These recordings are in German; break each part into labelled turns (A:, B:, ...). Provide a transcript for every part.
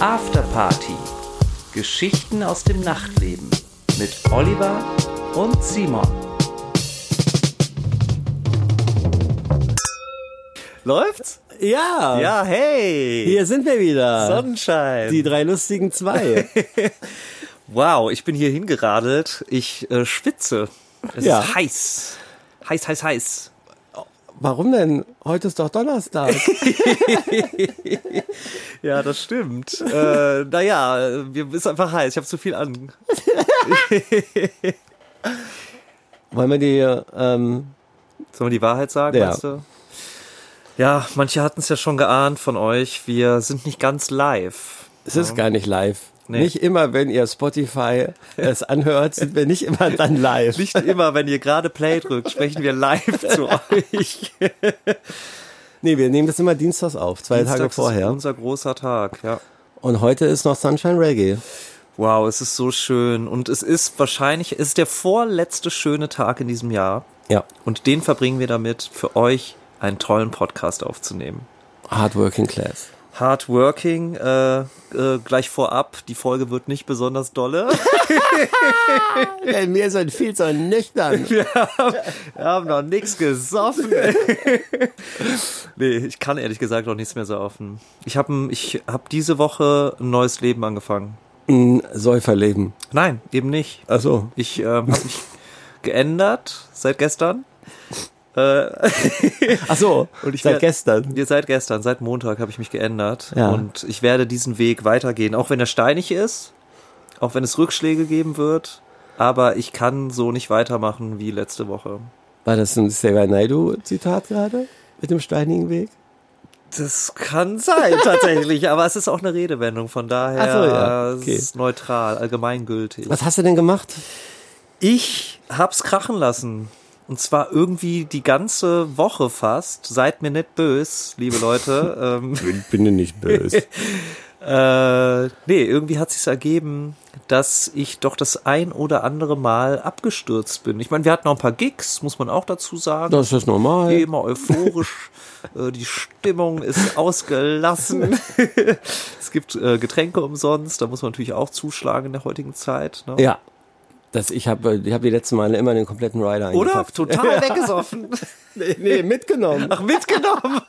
A: Afterparty. Geschichten aus dem Nachtleben mit Oliver und Simon.
B: Läuft's?
C: Ja,
B: Ja, hey!
C: hier sind wir wieder.
B: Sonnenschein.
C: Die drei lustigen zwei.
B: wow, ich bin hier hingeradelt. Ich äh, schwitze. Es
C: Ja.
B: ist heiß. Heiß, heiß, heiß.
C: Warum denn? Heute ist doch Donnerstag.
B: Ja, das stimmt. äh, naja, mir ist einfach heiß. Ich habe zu viel an.
C: Wollen wir die, ähm,
B: Sollen wir die Wahrheit sagen,
C: Ja.
B: meinst du? Ja, manche hatten es ja schon geahnt von euch. Wir sind nicht ganz live.
C: es ist gar nicht live.
B: Nee.
C: Nicht immer, wenn ihr Spotify es anhört, sind wir nicht immer dann live.
B: Nicht immer, wenn ihr gerade Play drückt, sprechen wir live zu euch.
C: Nee, wir nehmen das immer dienstags auf, zwei Tage
B: Dienstags Ist
C: vorher.
B: unser großer Tag, ja.
C: Und heute ist noch Sunshine Reggae.
B: Wow, es ist so schön. Und es ist wahrscheinlich, es ist der vorletzte schöne Tag in diesem Jahr.
C: Ja.
B: Und den verbringen wir damit, für euch einen tollen Podcast aufzunehmen.
C: Hardworking Class.
B: Hardworking, äh, äh, gleich vorab, die Folge wird nicht besonders dolle.
C: Denn wir sind viel zu nüchtern.
B: Wir haben noch nichts gesoffen. nee, ich kann ehrlich gesagt auch nichts mehr saufen. Ich habe ich hab diese Woche ein neues Leben angefangen.
C: Ein Säuferleben.
B: Nein, eben nicht.
C: Ach so.
B: Ich ähm, habe mich geändert seit gestern.
C: Ach so.
B: Und ich
C: seit
B: werd-
C: gestern.
B: Ihr seid gestern, seit Montag habe ich mich geändert.
C: Ja.
B: Und ich werde diesen Weg weitergehen, auch wenn er steinig ist, auch wenn es Rückschläge geben wird. Aber ich kann so nicht weitermachen wie letzte Woche.
C: War das ein Xavier Naidoo-Zitat gerade? Mit dem steinigen Weg?
B: Das kann sein, tatsächlich. Aber es ist auch eine Redewendung, von daher
C: Ach so, ja, okay.
B: es ist neutral, allgemeingültig.
C: Was hast du denn gemacht?
B: Ich hab's krachen lassen. Und zwar irgendwie die ganze Woche fast. Seid mir nicht böse, liebe Leute. ähm,
C: Bin, bin dir nicht böse.
B: Äh, nee, irgendwie hat sich's ergeben, dass ich doch das ein oder andere Mal abgestürzt bin. Ich meine, wir hatten noch ein paar Gigs, muss man auch dazu sagen.
C: Das ist normal.
B: Wie immer euphorisch, äh, die Stimmung ist ausgelassen. es gibt äh, Getränke umsonst, da muss man natürlich auch zuschlagen in der heutigen Zeit. Ne?
C: Ja. Das, ich habe ich hab die letzten Male immer den kompletten Rider
B: Oder?
C: eingepackt.
B: Total weggesoffen.
C: Oder? Nee, mitgenommen.
B: Ach, mitgenommen.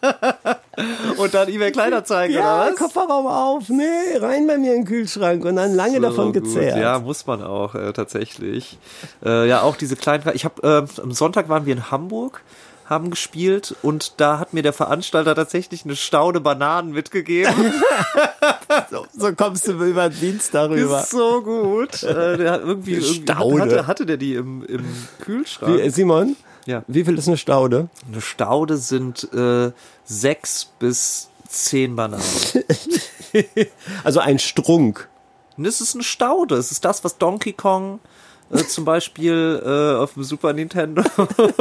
B: Und dann eBay Kleinanzeigen,
C: Ja,
B: oder was?
C: Kofferraum auf. Nee, rein bei mir in den Kühlschrank und dann lange davon
B: gut.
C: gezehrt.
B: Ja, muss man auch äh, tatsächlich. Äh, ja, auch diese kleinen. Ich habe äh, am Sonntag waren wir in Hamburg, haben gespielt und da hat mir der Veranstalter tatsächlich eine Staude Bananen mitgegeben.
C: So kommst du über den Dienstag rüber.
B: Ist so gut. Äh, der hat irgendwie,
C: Eine
B: irgendwie
C: Staude.
B: Hatte, hatte der die im, im Kühlschrank?
C: Wie, äh, Simon,
B: Ja.
C: wie viel ist eine Staude?
B: Eine Staude sind äh, sechs bis zehn Bananen.
C: Also ein Strunk.
B: Und es ist eine Staude. Es ist das, was Donkey Kong äh, zum Beispiel äh, auf dem Super Nintendo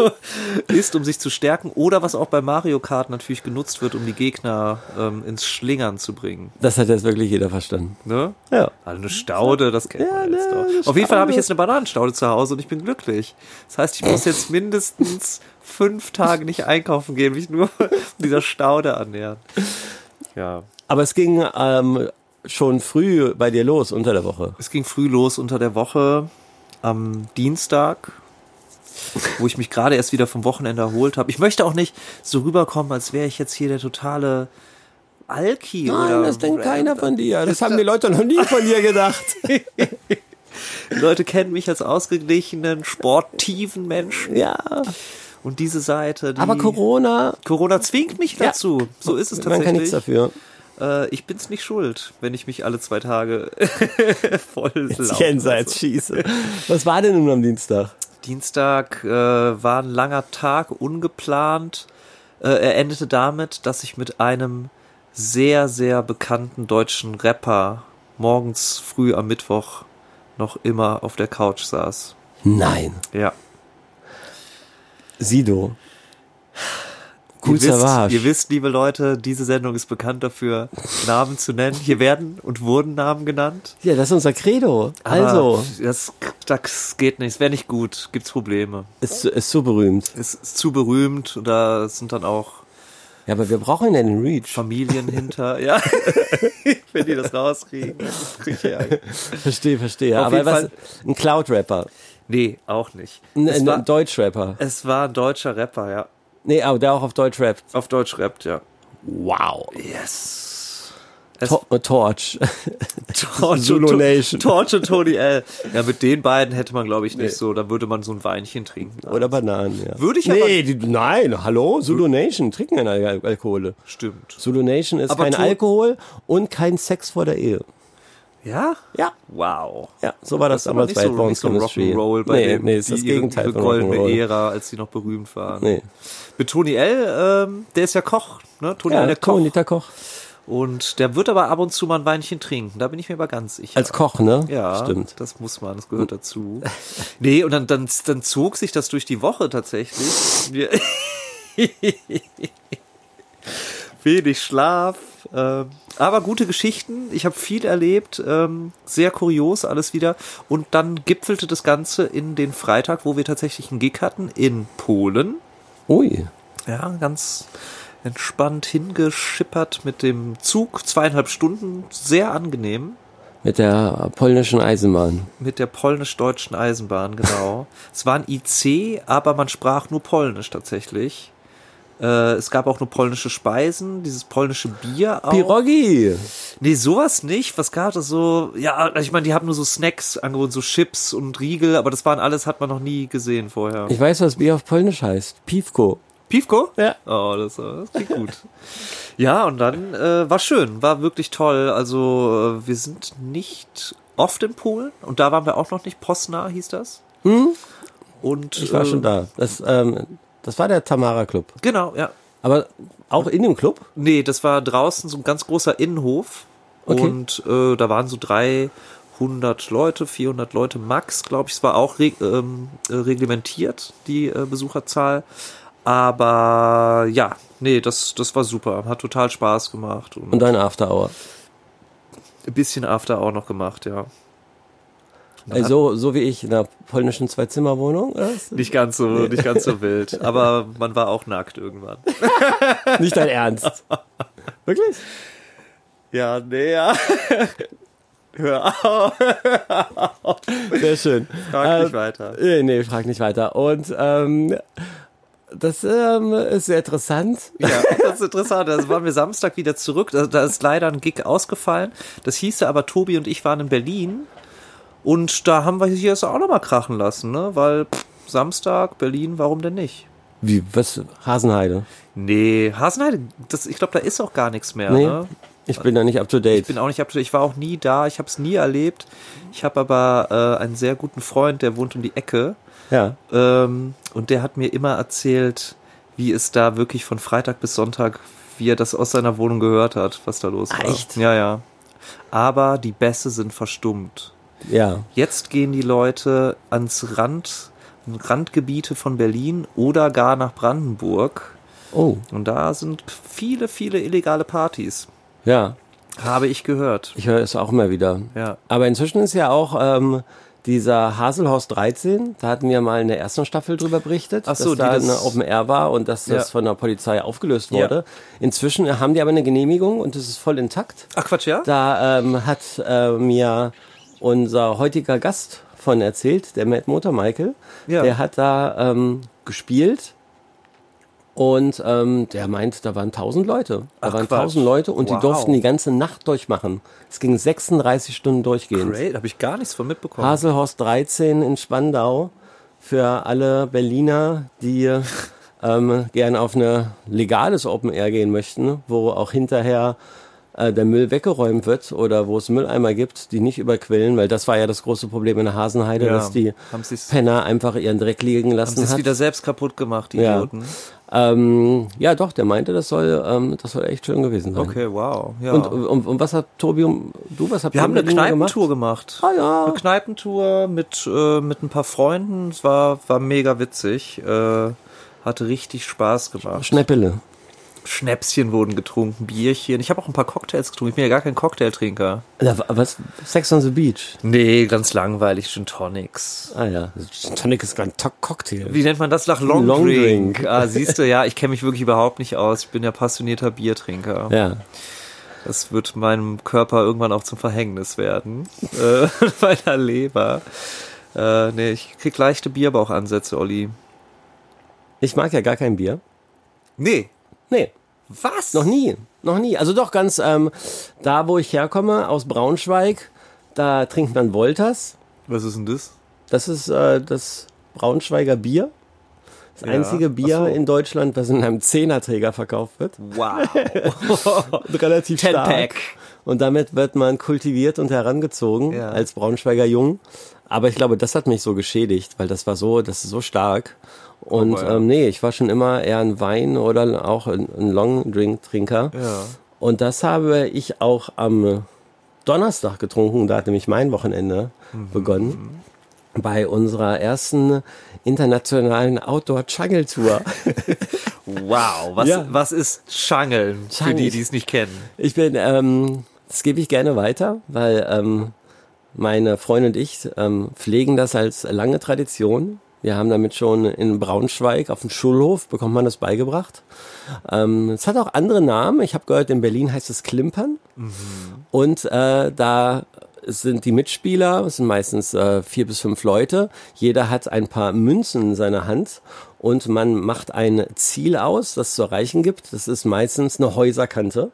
B: ist, um sich zu stärken. Oder was auch bei Mario Kart natürlich genutzt wird, um die Gegner ähm, ins Schlingern zu bringen.
C: Das hat jetzt wirklich jeder verstanden.
B: Ne?
C: Ja.
B: Also eine Staude, das kennt man
C: Ja,
B: jetzt
C: ne,
B: doch.
C: eine
B: Auf jeden Fall habe ich
C: Staude.
B: jetzt eine Bananenstaude zu Hause und ich bin glücklich. Das heißt, ich muss jetzt mindestens fünf Tage nicht einkaufen gehen, mich nur dieser Staude annähern. Ja.
C: Aber es ging ähm, schon früh bei dir los unter der Woche.
B: Es ging früh los unter der Woche am Dienstag, wo ich mich gerade erst wieder vom Wochenende erholt habe. Ich möchte auch nicht so rüberkommen, als wäre ich jetzt hier der totale Alki oder
C: von dir. Das haben die Leute noch nie von dir gedacht.
B: Die Leute kennen mich als ausgeglichenen, sportiven Menschen
C: ja.
B: und diese Seite, die
C: Aber Corona,
B: Corona zwingt mich
C: Ja.
B: dazu. So ist es
C: man kann nichts
B: tatsächlich.
C: dafür.
B: äh, ich bin's nicht schuld, wenn ich mich alle zwei Tage voll laufen
C: Jenseits schieße. Was war denn nun am Dienstag?
B: Dienstag äh, war ein langer Tag, ungeplant. Äh, er endete damit, dass ich mit einem sehr, sehr bekannten deutschen Rapper morgens früh am Mittwoch noch immer auf der Couch saß.
C: Nein.
B: Ja.
C: Sido.
B: Ihr
C: Cool
B: wisst, ihr
C: Savage.
B: wisst, liebe Leute, diese Sendung ist bekannt dafür, Namen zu nennen. Hier werden und wurden Namen genannt.
C: Ja, das ist unser Credo.
B: Aber
C: Also,
B: Das, das geht nicht. Es wäre nicht gut. Gibt's Probleme.
C: ist, ist so berühmt.
B: ist, ist zu berühmt oder es sind dann auch
C: Ja, aber wir brauchen ja den Reach.
B: Familien hinter, ja. Wenn die das rauskriegen, das krieg ich ja.
C: Verstehe, verstehe.
B: Auf
C: aber
B: jeden
C: was,
B: Fall-
C: ein Cloud-Rapper.
B: Nee, auch nicht.
C: Ein,
B: es,
C: ein
B: war,
C: Deutsch-Rapper.
B: es war ein deutscher Rapper, ja.
C: Nee, aber der auch auf Deutsch rappt.
B: Auf Deutsch rappt, ja.
C: Wow.
B: Yes.
C: To äh, Torch.
B: Torch
C: Zulu
B: und,
C: Nation.
B: Nation. Torch und Tony L. Ja, mit den beiden hätte man, glaube ich, nicht so. Da würde man so ein Weinchen trinken.
C: Oder Bananen, ja.
B: Würde ich
C: nee, die, nein, hallo? Zulu Nation trinken keine Al Alkohole.
B: Stimmt.
C: Zulu Nation ist
B: Aber
C: kein
B: Tor-
C: Alkohol und kein Sex vor der Ehe.
B: Ja?
C: Ja.
B: Wow.
C: Ja, so war das,
B: ist aber
C: damals
B: nicht
C: bei
B: so,
C: Advanced
B: nicht so
C: Chemistry.
B: Rock'n'Roll bei
C: nee,
B: dem,
C: nee, ist das
B: die ihre-
C: Gegenteil
B: ihre
C: von
B: goldene
C: Rock'n'Roll.
B: Ära, als sie noch berühmt waren.
C: Nee.
B: Mit Tony L., ähm, der ist ja Koch, ne? Tony
C: Ja,
B: L, der Koch.
C: Tony, der Koch.
B: Und der wird aber ab und zu mal ein Weinchen trinken, da bin ich mir aber ganz sicher.
C: Als Koch, ne?
B: ja,
C: Stimmt.
B: das muss man, das gehört dazu. Nee, und dann, dann, dann zog sich das durch die Woche tatsächlich. Wir- Wenig Schlaf, ähm, aber gute Geschichten. Ich habe viel erlebt, ähm, sehr kurios alles wieder. Und dann gipfelte das Ganze in den Freitag, wo wir tatsächlich einen Gig hatten in Polen.
C: Ui.
B: Ja, ganz entspannt hingeschippert mit dem Zug. Zweieinhalb Stunden, sehr angenehm.
C: Mit der polnischen Eisenbahn.
B: Mit der polnisch-deutschen Eisenbahn, genau. es war ein IC, aber man sprach nur Polnisch tatsächlich. Äh, es gab auch nur polnische Speisen, dieses polnische Bier auch.
C: Pirogi.
B: Nee, sowas nicht. Was gab es so? Ja, ich meine, die haben nur so Snacks angeboten, so Chips und Riegel, aber das waren alles, hat man noch nie gesehen vorher.
C: Ich weiß, was Bier auf Polnisch heißt. Piwko.
B: Piefko?
C: Ja.
B: Oh, das, das klingt gut. ja, und dann äh, war schön, war wirklich toll. Also äh, wir sind nicht oft in Polen und da waren wir auch noch nicht. Posna hieß das. Und
C: Hm? Ich war
B: äh,
C: schon da. Das, ähm, das war der Tamara Club.
B: Genau, ja.
C: Aber auch in dem Club?
B: Nee, das war draußen so ein ganz großer Innenhof
C: Okay.
B: und äh, da waren so 300 Leute, 400 Leute max, glaube ich. Es war auch reg ähm, äh, reglementiert, die äh, Besucherzahl. Aber ja, nee, das, das war super. Hat total Spaß gemacht. Und
C: Und dann After Hour.
B: Ein bisschen After auch noch gemacht, ja.
C: Also, so wie ich in einer polnischen Zwei-Zimmer-Wohnung. äh, oder?
B: Nicht ganz so, nicht ganz so wild. Aber man war auch nackt irgendwann.
C: Nicht dein Ernst. Wirklich?
B: Ja, nee, ja. Hör auf,
C: Sehr schön.
B: frag
C: Ähm,
B: nicht weiter.
C: Nee, nee, frag nicht weiter. Und ähm, das ähm, ist sehr interessant.
B: Ja, das ist interessant. Also waren wir Samstag wieder zurück. Da, da ist leider ein Gig ausgefallen. Das hieße aber, Tobi und ich waren in Berlin. Und da haben wir hier es auch nochmal krachen lassen, ne? Weil pff, Samstag, Berlin, warum denn nicht?
C: Wie, was? Hasenheide?
B: Nee, Hasenheide, das, ich glaube, da ist auch gar nichts mehr,
C: Nee.
B: ne?
C: Ich bin da nicht up to date.
B: Ich bin auch nicht up to date. Ich war auch nie da. Ich habe es nie erlebt. Ich habe aber äh, einen sehr guten Freund, der wohnt um die Ecke.
C: ja.
B: Ähm, und der hat mir immer erzählt, wie es da wirklich von Freitag bis Sonntag, wie er das aus seiner Wohnung gehört hat, was da los war.
C: echt?
B: Ja, ja. Aber die Bässe sind verstummt.
C: Ja.
B: Jetzt gehen die Leute ans Rand, Randgebiete von Berlin oder gar nach Brandenburg.
C: Oh,
B: Und da sind viele, viele illegale Partys.
C: ja.
B: Habe ich gehört.
C: Ich höre es auch immer wieder.
B: Ja.
C: Aber inzwischen ist ja auch ähm, dieser Haselhorst 13, da hatten wir mal in der ersten Staffel drüber berichtet,
B: Ach so,
C: dass
B: die
C: da
B: das-
C: eine Open Air war und dass das
B: Ja.
C: von der Polizei aufgelöst wurde. Inzwischen haben die aber eine Genehmigung und es ist voll intakt.
B: Ach Quatsch, ja?
C: Da ähm, hat äh, mir unser heutiger Gast von erzählt, der Matt Motor Michael.
B: Ja.
C: Der hat da ähm, gespielt und ähm, der meint, da waren tausend Leute. Da
B: Ach,
C: waren
B: Quatsch.
C: tausend Leute und die
B: Wow.
C: durften die ganze Nacht durchmachen. Es ging 36 Stunden durchgehend.
B: Great, habe ich gar nichts von mitbekommen.
C: Haselhorst 13 in Spandau für alle Berliner, die ähm, gerne auf eine legales Open Air gehen möchten, wo auch hinterher äh, der Müll weggeräumt wird oder wo es Mülleimer gibt, die nicht überquellen, weil das war ja das große Problem in der Hasenheide,
B: Ja,
C: dass die
B: haben sie's-
C: Penner einfach ihren Dreck liegen
B: Haben
C: lassen
B: sie es
C: hat.
B: wieder selbst kaputt gemacht, die
C: Ja.
B: Idioten.
C: Ähm, ja, doch, der meinte, das soll, ähm, das soll echt schön gewesen sein.
B: Okay, wow. Ja.
C: Und, und, und was hat Tobi, und du, was habt
B: wir
C: ihr
B: haben
C: in
B: eine
C: Berlin
B: Kneipentour gemacht.
C: Ah, ja.
B: Eine Kneipentour mit, äh, mit ein paar Freunden. Es war, war mega witzig. Äh, hat richtig Spaß gemacht.
C: Schneppele.
B: Schnäpschen wurden getrunken, Bierchen. Ich habe auch ein paar Cocktails getrunken. Ich bin ja gar kein Cocktailtrinker.
C: Na, wa- was? Sex on the Beach.
B: Nee, ganz langweilig, Gin Tonics.
C: Ah ja. Tonic ist kein To- Cocktail.
B: Wie nennt man das? Nach Long,
C: Long
B: Drink.
C: Drink.
B: Ah, siehst du, ja, ich kenne mich wirklich überhaupt nicht aus. Ich bin ja passionierter Biertrinker.
C: Ja.
B: Das wird meinem Körper irgendwann auch zum Verhängnis werden. Äh, meiner Leber. Äh, nee, ich krieg leichte Bierbauchansätze, Olli.
C: Ich mag ja gar kein Bier.
B: Nee.
C: Nee,
B: Was?
C: noch nie. Noch nie. Also doch ganz, ähm, da wo ich herkomme, aus Braunschweig, da trinkt man Wolters.
B: Was ist denn das?
C: Das ist äh, das Braunschweiger Bier. Das
B: Ja.
C: einzige Bier
B: Ach so.
C: in Deutschland, was in einem Zehnerträger verkauft wird.
B: Wow.
C: Und Oh, relativ stark. Und damit wird man kultiviert und herangezogen
B: Ja.
C: als Braunschweiger Jung. Aber ich glaube, das hat mich so geschädigt, weil das war so, das ist so stark. Und
B: Aber ja.
C: ähm, nee, ich war schon immer eher ein Wein oder auch ein, ein Long-Drink-Trinker.
B: Ja.
C: Und das habe ich auch am Donnerstag getrunken. Da hat nämlich mein Wochenende
B: Mhm.
C: begonnen. Bei unserer ersten internationalen Outdoor-Jungle-Tour.
B: Wow. Was,
C: Ja.
B: was ist Schangeln? Für
C: Schangeln.
B: die, die es nicht kennen.
C: Ich bin, ähm, das gebe ich gerne weiter, weil ähm, meine Freundin und ich ähm, pflegen das als lange Tradition. Wir haben damit schon in Braunschweig auf dem Schulhof bekommt man das beigebracht. Ähm, es hat auch andere Namen. Ich habe gehört, in Berlin heißt es Klimpern. Und äh, da sind die Mitspieler, es sind meistens äh, vier bis fünf Leute. Jeder hat ein paar Münzen in seiner Hand und man macht ein Ziel aus, das es zu erreichen gibt. Das ist meistens eine Häuserkante.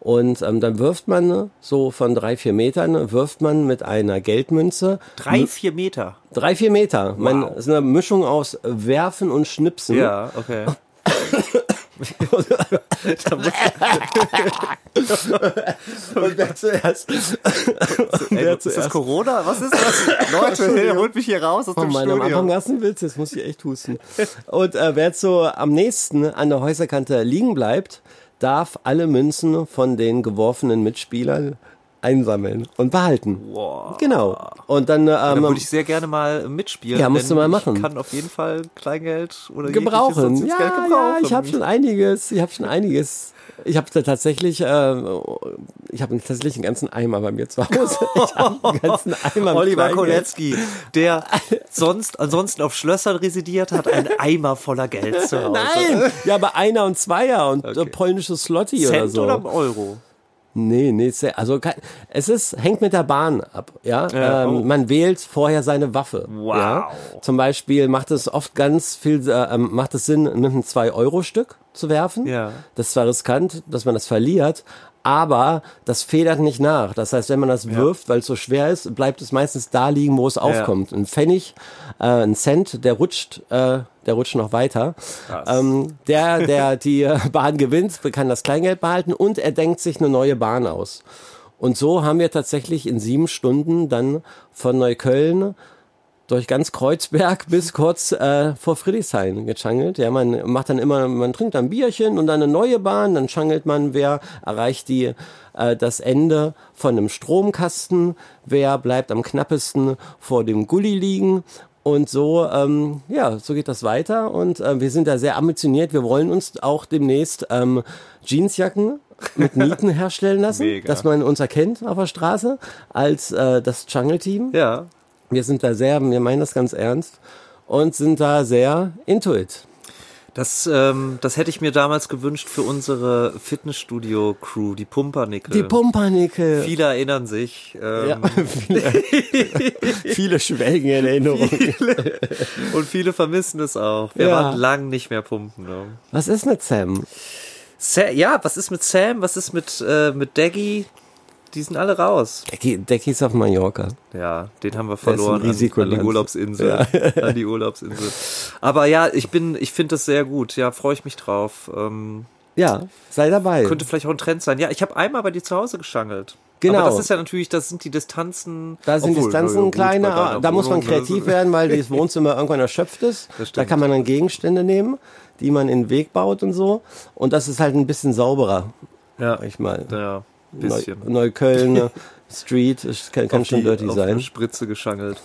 C: Und ähm, dann wirft man so von drei, vier Metern, ne, wirft man mit einer Geldmünze
B: Drei, vier Meter.
C: drei, vier Meter. Man,
B: Wow.
C: ist eine Mischung aus Werfen und Schnipsen.
B: Ja, okay.
C: Und wer zuerst
B: Ey,
C: wer
B: ist das
C: zuerst-
B: Corona? Was ist das? Leute, hey, holt mich hier raus aus
C: Oh
B: dem
C: Mann, am Anfang
B: Studio.
C: gab's einen Witz, jetzt muss ich echt husten. Und äh, wer so am nächsten an der Häuserkante liegen bleibt, darf alle Münzen von den geworfenen Mitspielern einsammeln und behalten.
B: Wow.
C: Genau. Und dann,
B: Da
C: ähm,
B: würde ich sehr gerne mal mitspielen.
C: Ja, musst
B: denn
C: du mal
B: Ich
C: machen.
B: kann auf jeden Fall Kleingeld oder jegliches
C: gebrauchen.
B: sonstiges
C: Ja,
B: Geld
C: ja,
B: gebrauchen.
C: ich habe schon einiges. Ich habe schon einiges. Ich habe da tatsächlich, äh, ich habe tatsächlich einen ganzen Eimer bei mir zu Hause. Ich hab einen ganzen Eimer. mit
B: Oliver
C: Kleingeld.
B: Kolecki, der sonst ansonsten auf Schlössern residiert, hat einen Eimer voller Geld zu Hause.
C: Nein! Ja, aber Einer und Zweier und äh, polnische Slotti oder
B: Cent
C: so.
B: oder Euro?
C: Nee, nee, sehr- also kein- es ist, hängt mit der Bahn ab, ja.
B: Ja,
C: ähm,
B: oh.
C: Man wählt vorher seine Waffe.
B: Wow.
C: Ja? Zum Beispiel macht es oft ganz viel, äh, ähm, macht es Sinn, mit einem 2-Euro-Stück zu werfen.
B: Ja.
C: Das ist zwar riskant, dass man das verliert, aber das federt nicht nach. Das heißt, wenn man das wirft, weil es so schwer ist, bleibt es meistens da liegen, wo es aufkommt. Ein Pfennig, äh, ein Cent, der rutscht, äh, der rutscht noch weiter. Ähm, der, der die äh, Bahn gewinnt, kann das Kleingeld behalten und er denkt sich eine neue Bahn aus. Und so haben wir tatsächlich in sieben Stunden dann von Neukölln durch ganz Kreuzberg bis kurz äh, vor Friedrichshain gechangelt. Ja, man macht dann immer, man trinkt dann ein Bierchen und dann eine neue Bahn, dann schangelt man, wer erreicht die äh, das Ende von einem Stromkasten, wer bleibt am knappesten vor dem Gully liegen. Und so, ähm, ja, so geht das weiter. Und äh, wir sind da sehr ambitioniert. Wir wollen uns auch demnächst ähm, Jeansjacken mit Nieten herstellen lassen,
B: Mega.
C: dass man uns erkennt auf der Straße als äh, das Jungle-Team.
B: Ja.
C: Wir sind da sehr, wir meinen das ganz ernst und sind da sehr into it.
B: Das, ähm, das hätte ich mir damals gewünscht für unsere Fitnessstudio-Crew, die Pumpernickel.
C: Die Pumpernickel.
B: Viele erinnern sich. Ähm,
C: Ja, viele, viele schwelgen in Erinnerung.
B: Und viele vermissen es auch. Wir
C: Ja.
B: waren lang nicht mehr pumpen. Ne?
C: Was ist mit Sam?
B: Sa ja, was ist mit Sam? Was ist mit, äh, mit Daggy? Die sind alle raus.
C: Decky, Decky ist auf Mallorca.
B: Ja, den haben wir
C: ein
B: verloren an, an die
C: Risikoland.
B: Urlaubsinsel. An die Urlaubsinsel. Aber ja, ich bin, ich finde das sehr gut. Ja, freue ich mich drauf. Ähm,
C: Ja, sei dabei.
B: könnte vielleicht auch ein Trend sein. Ja, ich habe einmal bei dir zu Hause geschangelt.
C: Genau.
B: Aber das ist ja natürlich, das sind die Distanzen.
C: da sind
B: Obwohl,
C: Distanzen
B: na ja, gut,
C: kleiner,
B: bei deiner
C: da muss man
B: Wohnung, ne?
C: kreativ werden, weil das Wohnzimmer irgendwann erschöpft ist.
B: Das stimmt.
C: Da kann man dann Gegenstände nehmen, die man in den Weg baut und so. Und das ist halt ein bisschen sauberer,
B: ne? Ja,
C: sag ich mal.
B: ja,
C: Neu,
B: bisschen.
C: Neukölln ne? Street, es kann, kann schon
B: Die
C: dirty
B: auf
C: sein.
B: eine Spritze geschangelt.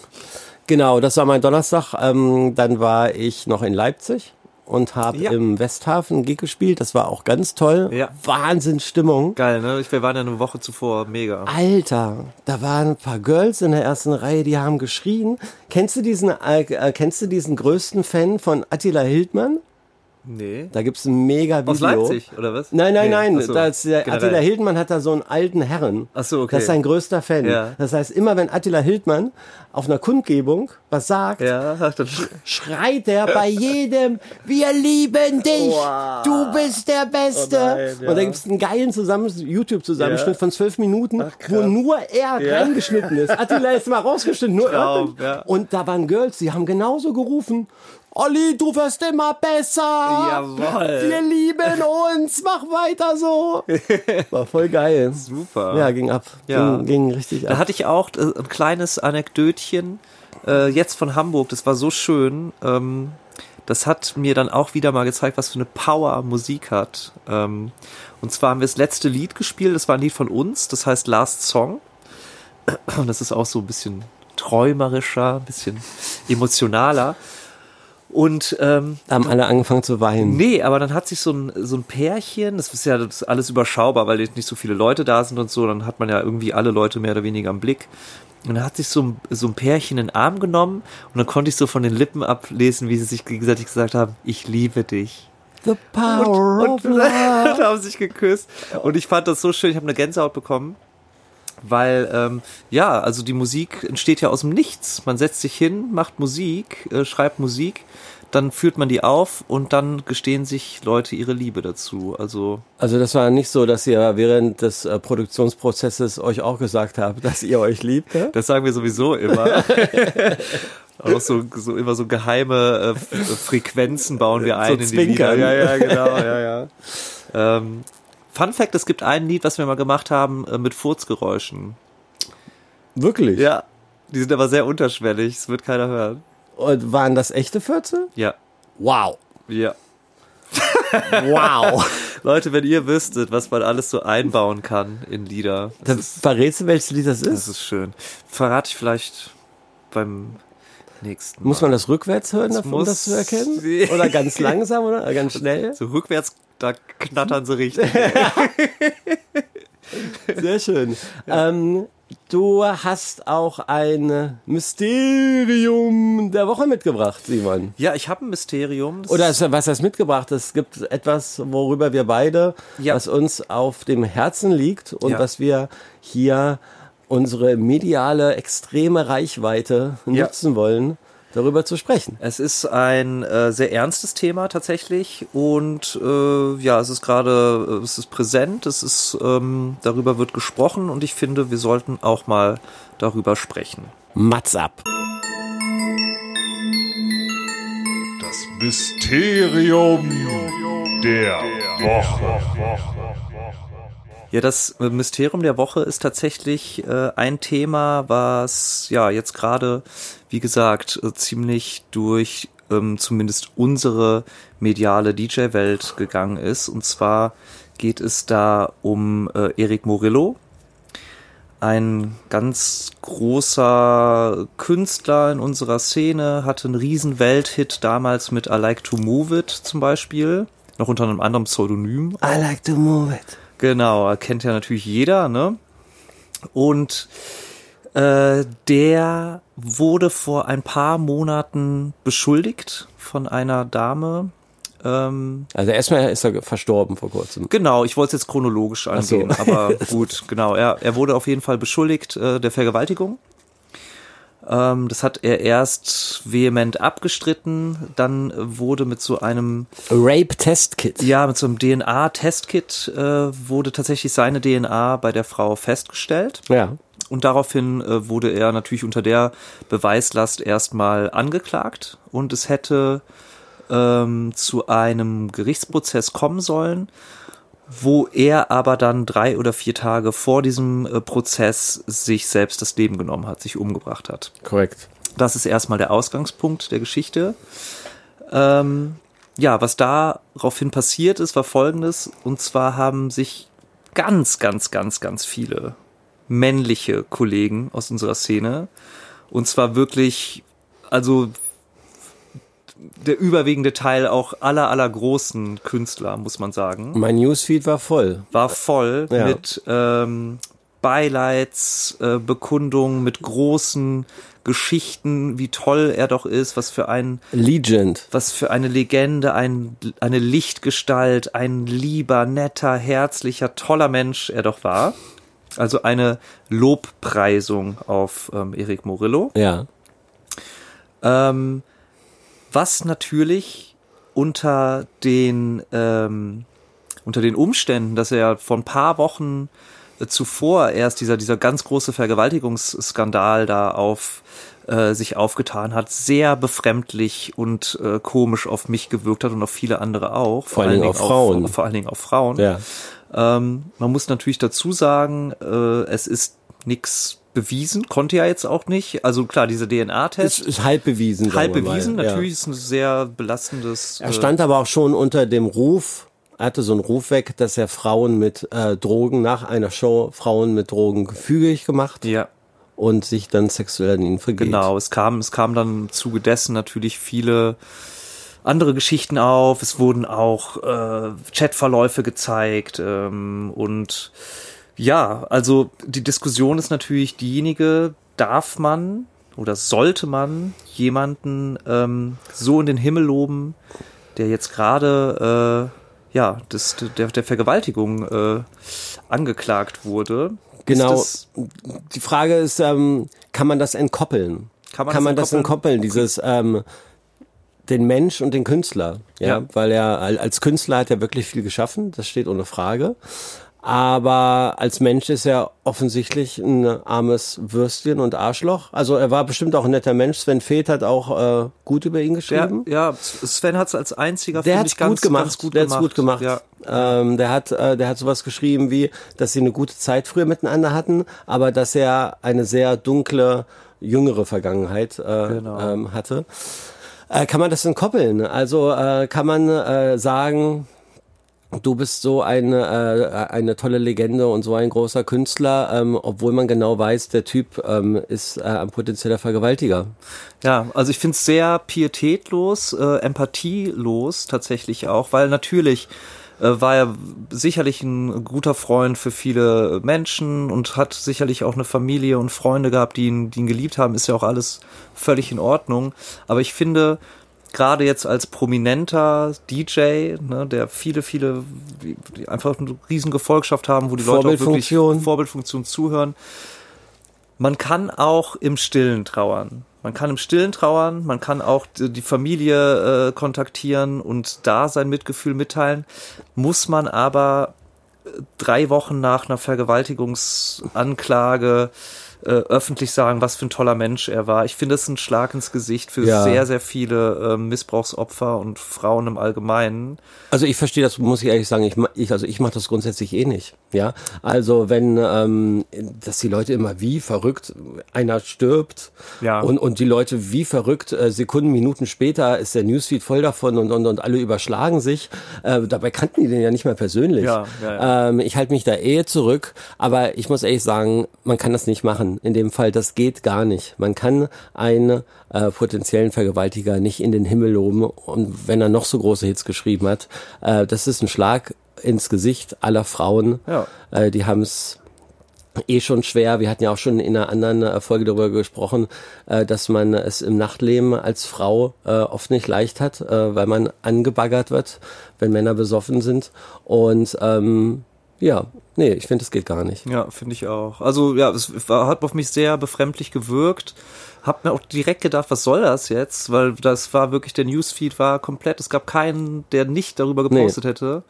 C: Genau, das war mein Donnerstag. Ähm, dann war ich noch in Leipzig und habe
B: Ja.
C: im Westhafen Gig gespielt. Das war auch ganz toll.
B: Ja.
C: Wahnsinnsstimmung.
B: Geil, ne? Ich- Wir waren ja eine Woche zuvor, mega.
C: Alter, da waren ein paar Girls in der ersten Reihe, die haben geschrien. Kennst du diesen, äh, äh, kennst du diesen größten Fan von Attila Hildmann?
B: Nee.
C: Da gibt's ein mega Video.
B: Aus Leipzig, oder was?
C: Nein, nein,
B: Nee,
C: nein.
B: ach so,
C: das, der
B: generell.
C: Attila Hildmann hat da so einen alten Herren.
B: Ach so, okay.
C: Das ist sein größter Fan.
B: Ja.
C: Das heißt, immer wenn Attila Hildmann auf einer Kundgebung was sagt,
B: Ja, ach, dann
C: schreit er bei jedem, wir lieben dich, du bist der Beste.
B: Oh nein, ja.
C: Und da gibt's einen geilen Zusammens- YouTube-Zusammenschnitt
B: Ja.
C: von zwölf Minuten, wo nur er
B: Ja.
C: reingeschnitten ist. Attila ist mal rausgeschnitten, nur
B: Traum,
C: er.
B: ja.
C: Und da waren Girls, die haben genauso gerufen, Olli, du wirst immer besser.
B: Jawohl.
C: Wir lieben uns, mach weiter so. War voll geil.
B: super.
C: Ja, ging ab.
B: Ja.
C: Ging, ging richtig ab.
B: Da hatte ich auch äh, ein kleines Anekdötchen, äh, jetzt von Hamburg, das war so schön. Ähm, das hat mir dann auch wieder mal gezeigt, was für eine Power Musik hat. Ähm, und zwar haben wir das letzte Lied gespielt, das war ein Lied von uns, das heißt Last Song. Und das ist auch so ein bisschen träumerischer, ein bisschen emotionaler. Und ähm,
C: Da haben alle angefangen zu weinen.
B: Nee, aber dann hat sich so ein, so ein Pärchen, das ist ja das ist alles überschaubar, weil jetzt nicht so viele Leute da sind und so, dann hat man ja irgendwie alle Leute mehr oder weniger im Blick. Und dann hat sich so ein, so ein Pärchen in den Arm genommen und dann konnte ich so von den Lippen ablesen, wie sie sich gegenseitig gesagt haben, ich liebe dich.
C: The power
B: Und, und haben sich geküsst. Und ich fand das so schön, ich habe eine Gänsehaut bekommen. Weil, ähm, ja, also die Musik entsteht ja aus dem Nichts. Man setzt sich hin, macht Musik, äh, schreibt Musik, dann führt man die auf und dann gestehen sich Leute ihre Liebe dazu. Also,
C: Also das war nicht so, dass ihr während des äh, Produktionsprozesses euch auch gesagt habt, dass ihr euch liebt. ne? Ja?
B: das sagen wir sowieso immer. Auch so, so immer so geheime äh, F- Frequenzen bauen wir ein in die Lieder.
C: zwinkern.
B: Ja, ja, genau, ja, ja. Ähm, Fun Fact: Es gibt ein Lied, was wir mal gemacht haben äh, mit Furzgeräuschen.
C: Wirklich?
B: Ja, die sind aber sehr unterschwellig, es wird keiner hören.
C: Und waren das echte Fürze?
B: Ja,
C: Wow.
B: ja.
C: Wow.
B: Leute, wenn ihr wüsstet, was man alles so einbauen kann in Lieder, das,
C: Dann
B: ist,
C: verrätst du, welches Lied das
B: das
C: ist?
B: ist schön. Verrate ich vielleicht beim nächsten Mal.
C: Muss man das rückwärts hören,
B: Das
C: um das zu
B: muss-
C: erkennen?
B: Nee.
C: Oder ganz langsam oder ganz schnell?
B: so rückwärts, da knattern sie richtig.
C: Sehr schön. Ähm, du hast auch ein Mysterium der Woche mitgebracht, Simon.
B: ja, ich habe ein Mysterium. Das
C: Oder ist, was hast mitgebracht? Es gibt etwas, worüber wir beide,
B: Ja.
C: was uns auf dem Herzen liegt und
B: Ja.
C: was wir hier unsere mediale, extreme Reichweite
B: Ja.
C: nutzen wollen, darüber zu sprechen.
B: Es ist ein äh, sehr ernstes Thema tatsächlich und äh, ja, es ist gerade, äh, es ist präsent, es ist, ähm, darüber wird gesprochen und ich finde, wir sollten auch mal darüber sprechen.
C: Mats ab.
D: Das Mysterium der Woche.
B: Ja, das äh, Mysterium der Woche ist tatsächlich äh, ein Thema, was ja jetzt gerade, wie gesagt, äh, ziemlich durch ähm, zumindest unsere mediale DJ-Welt gegangen ist. Und zwar geht es da um äh, Eric Morillo, ein ganz großer Künstler in unserer Szene, hatte einen riesen Welthit damals mit I Like to Move It zum Beispiel, noch unter einem anderen Pseudonym
C: I like to move it.
B: Genau, kennt ja natürlich jeder, ne? Und äh, der wurde vor ein paar Monaten beschuldigt von einer Dame. Ähm,
C: Also erstmal ist er verstorben vor kurzem.
B: genau, ich wollte es jetzt chronologisch angehen,
C: so.
B: aber gut, genau. Er, er wurde auf jeden Fall beschuldigt äh, der Vergewaltigung. Ähm, das hat er erst vehement abgestritten, dann wurde mit so einem
C: Rape Test Kit.
B: Ja, mit so einem DNA-Testkit äh, wurde tatsächlich seine DNA bei der Frau festgestellt.
C: Ja.
B: Und daraufhin äh, wurde er natürlich unter der Beweislast erstmal angeklagt. Und es hätte ähm, zu einem Gerichtsprozess kommen sollen, wo er aber dann drei oder vier Tage vor diesem äh, Prozess sich selbst das Leben genommen hat, sich umgebracht hat.
C: Korrekt.
B: Das ist erstmal der Ausgangspunkt der Geschichte. Ähm, ja, was daraufhin passiert ist, war folgendes. Und zwar haben sich ganz, ganz, ganz, ganz viele männliche Kollegen aus unserer Szene, und zwar wirklich, also der überwiegende Teil auch aller, aller großen Künstler, muss man sagen.
C: Mein Newsfeed war voll.
B: War voll
C: Ja.
B: mit ähm, Beileids, äh, Bekundungen, mit großen Geschichten, wie toll er doch ist, was für ein
C: Legend.
B: was für eine Legende, ein, eine Lichtgestalt, ein lieber, netter, herzlicher, toller Mensch er doch war. Also eine Lobpreisung auf ähm, Eric Morillo.
C: Ja.
B: Ähm, was natürlich unter den, ähm, unter den Umständen, dass er ja vor ein paar Wochen äh, zuvor erst dieser, dieser ganz große Vergewaltigungsskandal da auf äh, sich aufgetan hat, sehr befremdlich und äh, komisch auf mich gewirkt hat und auf viele andere auch.
C: Vor allen Dingen auf Frauen.
B: Vor allen Dingen auf Frauen.
C: Ja.
B: Ähm, man muss natürlich dazu sagen, äh, es ist nichts bewiesen, konnte ja jetzt auch nicht. Also klar, diese
C: Es
B: DNA-Test
C: ist halb bewiesen.
B: halb
C: sagen wir mal.
B: bewiesen,
C: Ja.
B: natürlich ist ein sehr belastendes.
C: Er stand aber auch schon unter dem Ruf, er hatte so einen Ruf weg, dass er Frauen mit äh, Drogen nach einer Show Frauen mit Drogen gefügig gemacht
B: äh, ja,
C: und sich dann sexuell an ihn vergeht.
B: genau. Es kam, es kam dann im Zuge dessen natürlich viele andere Geschichten auf. Es wurden auch äh, Chatverläufe gezeigt ähm, und ja, also die Diskussion ist natürlich diejenige: Darf man oder sollte man jemanden ähm, so in den Himmel loben, der jetzt gerade äh, ja, das, der, der Vergewaltigung äh, angeklagt wurde.
C: Genau.
B: Ist
C: Die Frage ist, ähm, kann man das entkoppeln?
B: Kann man das
C: das entkoppeln? Dieses ähm, den Mensch und den Künstler, ja,
B: Ja.
C: weil er al- als Künstler hat er wirklich viel geschaffen, das steht ohne Frage. Aber als Mensch ist er offensichtlich ein armes Würstchen und Arschloch. Also er war bestimmt auch ein netter Mensch. Sven Feth hat auch äh, gut über ihn
B: das, der,
C: geschrieben.
B: ja, Sven hat es als einziger
C: Der
B: finde
C: hat's
B: ich, ganz,
C: gut gemacht.
B: Ganz gut
C: der hat's
B: gemacht.
C: gut gemacht.
B: Ja.
C: Ähm, der hat, äh, der hat sowas geschrieben wie, dass sie eine gute Zeit früher miteinander hatten, aber dass er eine sehr dunkle jüngere Vergangenheit äh,
B: Genau.
C: ähm, hatte. Äh, kann man das denn koppeln? Also äh, kann man äh, sagen, du bist so eine, äh, eine tolle Legende und so ein großer Künstler, ähm, obwohl man genau weiß, der Typ ähm, ist äh, ein potenzieller Vergewaltiger.
B: Ja, also ich finde es sehr pietätlos, äh, empathielos tatsächlich auch, weil natürlich äh, war er sicherlich ein guter Freund für viele Menschen und hat sicherlich auch eine Familie und Freunde gehabt, die ihn, die ihn geliebt haben, ist ja auch alles völlig in Ordnung. Aber ich finde, gerade jetzt als prominenter DJ, ne, der viele, viele die die einfach eine riesen Gefolgschaft haben, wo die Leute auch wirklich
C: Vorbildfunktion.
B: Vorbildfunktion zuhören, man kann auch im Stillen trauern. Man kann im Stillen trauern, man kann auch die die Familie äh, kontaktieren und da sein Mitgefühl mitteilen. Muss man aber äh, drei Wochen nach einer Vergewaltigungsanklage äh, öffentlich sagen, was für ein toller Mensch er war. Ich finde, das ist ein Schlag ins Gesicht für
C: Ja.
B: sehr, sehr viele äh, Missbrauchsopfer und Frauen im Allgemeinen.
C: Also ich verstehe das, muss ich ehrlich sagen. Ich, ma- ich also ich mache das grundsätzlich eh nicht. Ja, also wenn, ähm, dass die Leute immer wie verrückt, einer stirbt
B: Ja.
C: und und die Leute wie verrückt äh, Sekunden, Minuten später ist der Newsfeed voll davon und und und alle überschlagen sich. Äh, dabei kannten die den ja nicht mal persönlich.
B: Ja, ja, ja.
C: Ähm, ich halte mich da eh zurück, aber ich muss ehrlich sagen, man kann das nicht machen. In dem Fall, das geht gar nicht. Man kann einen äh, potenziellen Vergewaltiger nicht in den Himmel loben und wenn er noch so große Hits geschrieben hat, äh, das ist ein Schlag ins Gesicht aller Frauen.
B: Ja.
C: Äh, die haben es eh schon schwer. Wir hatten ja auch schon in einer anderen äh, Folge darüber gesprochen, äh, dass man es im Nachtleben als Frau äh, oft nicht leicht hat, äh, weil man angebaggert wird, wenn Männer besoffen sind. Und ähm, ja, nee, ich finde, das geht gar nicht.
B: Ja, finde ich auch. Also ja, es war, hat auf mich sehr befremdlich gewirkt. Hab mir auch direkt gedacht, was soll das jetzt? Weil das war wirklich, der Newsfeed war komplett, es gab keinen, der nicht darüber gepostet hätte.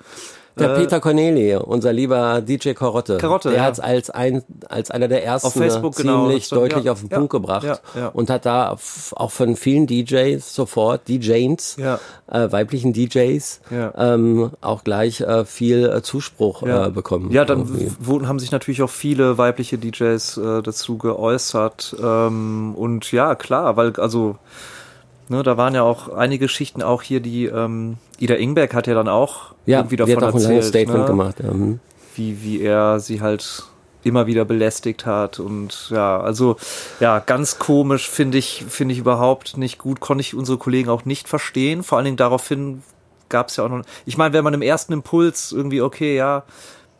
B: Äh,
C: Der Peter Corneli, unser lieber DJ Karotte,
B: Karotte,
C: der
B: ja.
C: hat es als, ein, als einer der ersten ne,
B: Auf Facebook,
C: ziemlich
B: genau, das stand-
C: deutlich
B: ja,
C: auf den
B: ja,
C: Punkt gebracht
B: ja, ja.
C: und hat da f- auch von vielen DJs sofort, DJs,
B: Ja.
C: äh, weiblichen DJs,
B: Ja.
C: ähm, auch gleich äh, viel äh, Zuspruch äh, bekommen.
B: Ja, dann
C: irgendwie.
B: wurden, haben sich natürlich auch viele weibliche DJs äh, dazu geäußert. Ähm, und ja, klar, weil, also, ne, da waren ja auch einige Geschichten auch hier, die ähm, Ida Ingberg hat ja dann auch
C: ja,
B: irgendwie
C: die
B: davon
C: hat auch ein
B: erzählt.
C: langes Statement
B: ne?
C: gemacht. Ja. mhm.
B: wie, wie er sie halt immer wieder belästigt hat und ja, also ja, ganz komisch finde ich, finde ich überhaupt nicht gut, konnte ich unsere Kollegen auch nicht verstehen, vor allen Dingen daraufhin gab es ja auch noch, ich meine, wenn man im ersten Impuls irgendwie, okay, ja,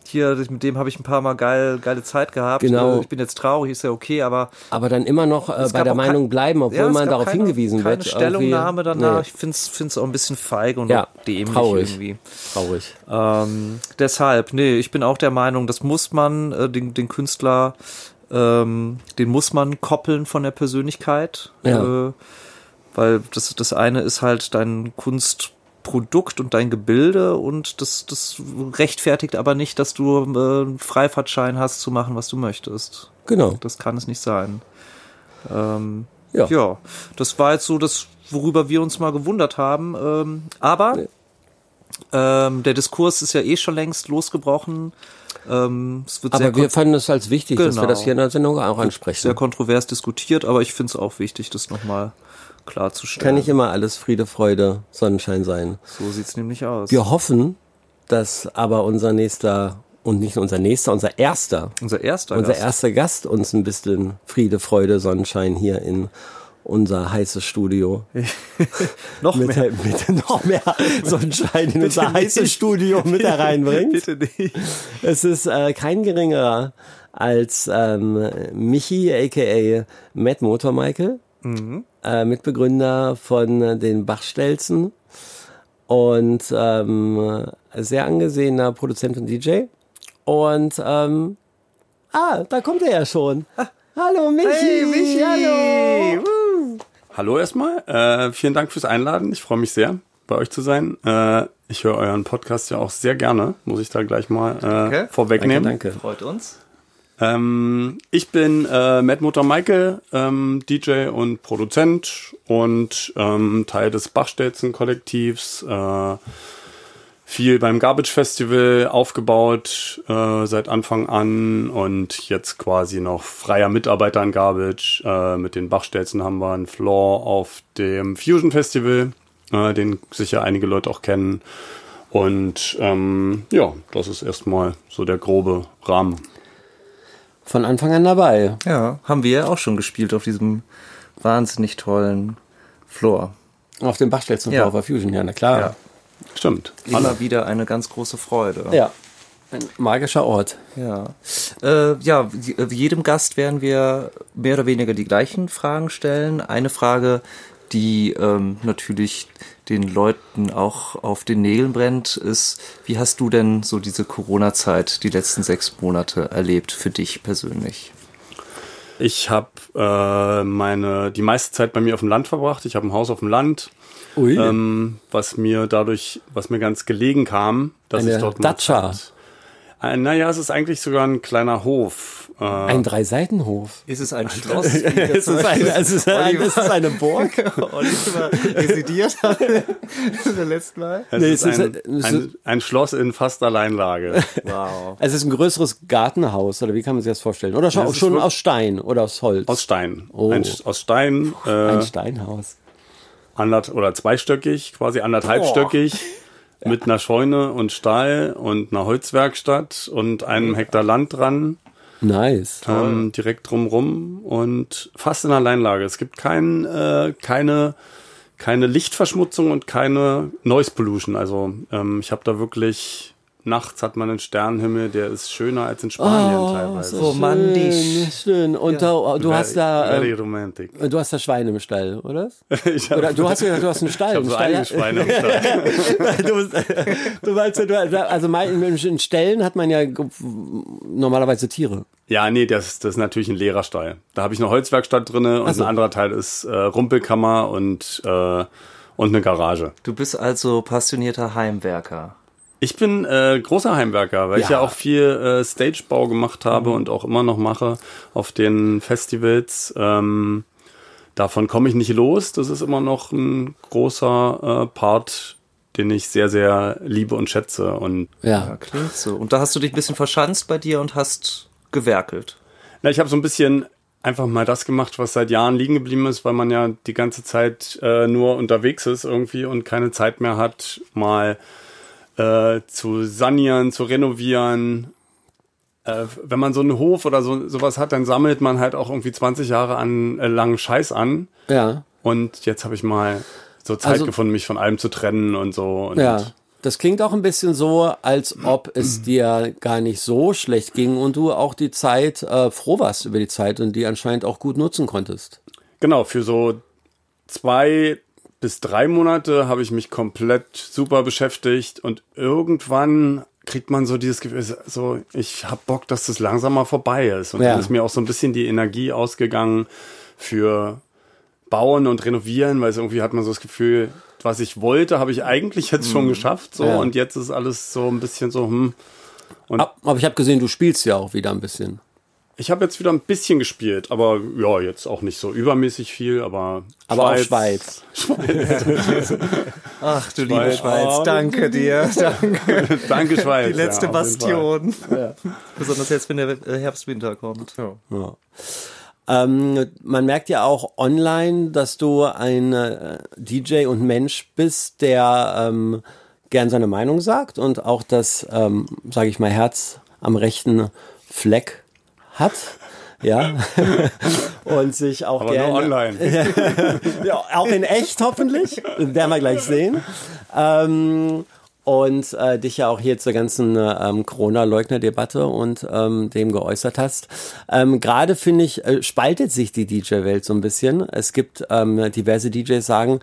B: hier, mit dem habe ich ein paar Mal geil, geile Zeit gehabt,
C: Genau.
B: äh, ich bin jetzt traurig, ist ja okay, aber
C: Aber dann immer noch äh,
B: es
C: bei
B: gab
C: der
B: auch
C: Meinung
B: kein-
C: bleiben, obwohl
B: ja, es
C: man
B: gab
C: darauf
B: keine,
C: hingewiesen
B: keine
C: wird.
B: Stellungnahme
C: irgendwie.
B: danach.
C: Nee,
B: Ich finde es find's auch ein bisschen feige und
C: Ja,
B: auch dämlich
C: traurig.
B: irgendwie.
C: traurig.
B: Ähm, deshalb, nee, ich bin auch der Meinung, das muss man, äh, den, den Künstler, ähm, den muss man koppeln von der Persönlichkeit.
C: Ja.
B: Äh, weil das, das eine ist halt dein Kunstprodukt und dein Gebilde und das, das rechtfertigt aber nicht, dass du äh, einen Freifahrtschein hast zu machen, was du möchtest.
C: Genau.
B: Das kann es nicht sein. Ähm,
C: Ja.
B: ja. das war jetzt so das, worüber wir uns mal gewundert haben. Ähm, aber ähm, der Diskurs ist ja eh schon längst losgebrochen. Ähm, es wird sehr,
C: Aber wir
B: kon
C: fanden es als wichtig, dass wir
B: Genau.
C: das hier in der Sendung auch ansprechen.
B: sehr kontrovers diskutiert, aber ich finde es auch wichtig, das nochmal klarzustellen.
C: Kann nicht immer alles Friede, Freude, Sonnenschein sein.
B: so sieht's nämlich aus.
C: Wir hoffen, dass aber unser nächster und nicht nur unser nächster, unser erster,
B: Unser erster
C: unser
B: Gast.
C: erster Gast uns ein bisschen Friede, Freude, Sonnenschein hier in unser heißes Studio
B: Noch
C: mit,
B: mehr.
C: der, mit der- noch mehr Sonnenschein in unser heißes
B: nicht.
C: Studio mit hereinbringt.
B: Bitte nicht.
C: Es ist äh, kein geringerer als ähm, Michi, a.k.a. Matt Motor Michael, äh, Mitbegründer von äh, den Bachstelzen und ähm, sehr angesehener Produzent und DJ. Und ähm, ah, da kommt er ja schon. Hallo Michi, hallo.
E: Hallo erstmal. Äh, vielen Dank fürs Einladen. Ich freue mich sehr, bei euch zu sein. Äh, ich höre euren Podcast ja auch sehr gerne. Muss ich da gleich mal äh, vorwegnehmen.
C: Danke.
B: Freut uns.
E: Ähm, ich bin äh, Matt Mutter Michael, ähm, DJ und Produzent und ähm, Teil des Bachstelzen-Kollektivs. Äh, viel beim Garbage Festival aufgebaut äh, seit Anfang an und jetzt quasi noch freier Mitarbeiter an Garbage. Äh, mit den Bachstelzen haben wir einen Floor auf dem Fusion Festival, äh, den sicher einige Leute auch kennen. Und ähm, ja, das ist erstmal so der grobe Rahmen.
C: Von Anfang an dabei.
B: Ja, haben wir ja auch schon gespielt auf diesem wahnsinnig tollen Floor.
C: Auf dem Bachstelzen
B: Ja.
C: Power Fusion, ja, na klar.
B: Ja.
E: Stimmt.
B: Immer wieder eine ganz große Freude.
C: ja. Ein magischer Ort.
B: Ja, äh, ja wie- äh, jedem Gast werden wir mehr oder weniger die gleichen Fragen stellen. Eine Frage, die ähm, natürlich den Leuten auch auf den Nägeln brennt, ist, wie hast du denn so diese Corona-Zeit, die letzten sechs Monate erlebt für dich persönlich?
E: Ich habe äh, meine die meiste Zeit bei mir auf dem Land verbracht. Ich habe ein Haus auf dem Land,
C: Ui.
E: ähm, was mir dadurch, was mir ganz gelegen kam, dass
C: Eine
E: ich dort meine
C: Datscha.
E: Zeit- Äh, naja, es ist eigentlich sogar ein kleiner Hof. Äh,
C: Ein Dreiseitenhof.
B: Ist es ein Schloss?
C: Es ist, ein, es, ist ein, es ist eine Burg.
B: Oliver residiert hat das letzte Mal.
E: es
C: nee,
E: ist,
C: es ist
E: ein,
C: ein- es
E: ein, ein Schloss in fast Alleinlage.
B: Wow.
C: Es ist ein größeres Gartenhaus, oder wie kann man sich das vorstellen? Oder schon,
E: es ist
C: schon
E: wirklich-
C: aus Stein oder aus Holz.
E: Aus Stein.
C: Oh.
E: Ein, aus Stein. Äh,
C: Ein Steinhaus.
E: anderth oder zweistöckig, quasi anderthalbstöckig,
C: Oh.
E: mit einer Scheune und Stall und einer Holzwerkstatt und einem Hektar Land dran,
C: Nice.
E: ähm, direkt drumrum und fast in Alleinlage. Es gibt kein, äh, keine, keine Lichtverschmutzung und keine Noise Pollution. Also ähm, ich habe da wirklich nachts hat man einen Sternenhimmel, der ist schöner als in Spanien teilweise.
C: Oh, Schön,
E: Oh,
B: Romantisch.
C: schön. Und da, oh, du hast da,
E: very
C: äh,
E: romantic.
C: du hast da Schweine im Stall, oder?
E: Ich hab-
C: Oder du hast gesagt, du hast einen Stall.
E: ich hab
C: einen
E: so
C: Stall
E: einige Schweine im Stall.
C: du, bist, du meinst, ja, du, also mein- in Ställen hat man ja ge- normalerweise Tiere.
E: Ja, nee, das, das ist natürlich ein leerer Stall. Da habe ich eine Holzwerkstatt drinne und
C: so.
E: ein anderer Teil ist äh, Rumpelkammer und, äh, und eine Garage.
B: Du bist also passionierter Heimwerker.
E: Ich bin äh, großer Heimwerker, weil ich ja
C: Ja.
E: auch viel äh, Stagebau gemacht habe und auch immer noch mache auf den Festivals. Ähm, davon komme ich nicht los. Das ist immer noch ein großer äh, Part, den ich sehr, sehr liebe und schätze. Und
B: Ja,
C: Ja.
B: klingt so. Und da hast du dich ein bisschen verschanzt bei dir und hast gewerkelt.
E: Na, ich habe so ein bisschen einfach mal das gemacht, was seit Jahren liegen geblieben ist, weil man ja die ganze Zeit äh, nur unterwegs ist irgendwie und keine Zeit mehr hat, mal äh, zu sanieren, zu renovieren, äh, wenn man so einen Hof oder so sowas hat, dann sammelt man halt auch irgendwie 20 Jahre an äh, langen Scheiß an.
C: Ja.
E: Und jetzt habe ich mal so Zeit
C: Also-
E: gefunden, mich von allem zu trennen und so. Und
C: Ja. Das klingt auch ein bisschen so, als ob es dir gar nicht so schlecht ging und du auch die Zeit äh, froh warst über die Zeit und die anscheinend auch gut nutzen konntest.
E: Genau, für so zwei bis drei Monate habe ich mich komplett super beschäftigt und irgendwann kriegt man so dieses Gefühl, so ich habe Bock, dass das langsam mal vorbei ist. Und
C: Ja.
E: dann ist mir auch so ein bisschen die Energie ausgegangen für Bauen und Renovieren, weil es irgendwie hat man so das Gefühl, was ich wollte, habe ich eigentlich jetzt schon geschafft. So
C: Mhm. Ja.
E: und jetzt ist alles so ein bisschen so, hm,
C: Ab- Aber ich habe gesehen, du spielst ja auch wieder ein bisschen.
E: Ich habe jetzt wieder ein bisschen gespielt, aber ja, jetzt auch nicht so übermäßig viel, aber.
C: Aber auch
B: Ach du liebe Schweiz, danke dir. Danke.
E: Danke, Schweiz.
B: Die letzte
E: ja, auf jeden
B: Bastion. Besonders jetzt, wenn der äh, Herbst, Winter kommt.
C: Ähm, man merkt ja auch online, dass du ein äh, DJ und Mensch bist, der ähm, gern seine Meinung sagt und auch das, ähm, sage ich mal, Herz am rechten Fleck hat. Ja. und sich auch
E: Fall. Aber
C: gerne
E: nur online.
C: ja, auch in echt hoffentlich. Werden wir gleich sehen. Ähm, und äh, dich ja auch hier zur ganzen ähm, Corona-Leugner-Debatte und ähm, dem geäußert hast. Ähm, Gerade finde ich, äh, spaltet sich die DJ-Welt so ein bisschen. Es gibt ähm, diverse DJs, sagen,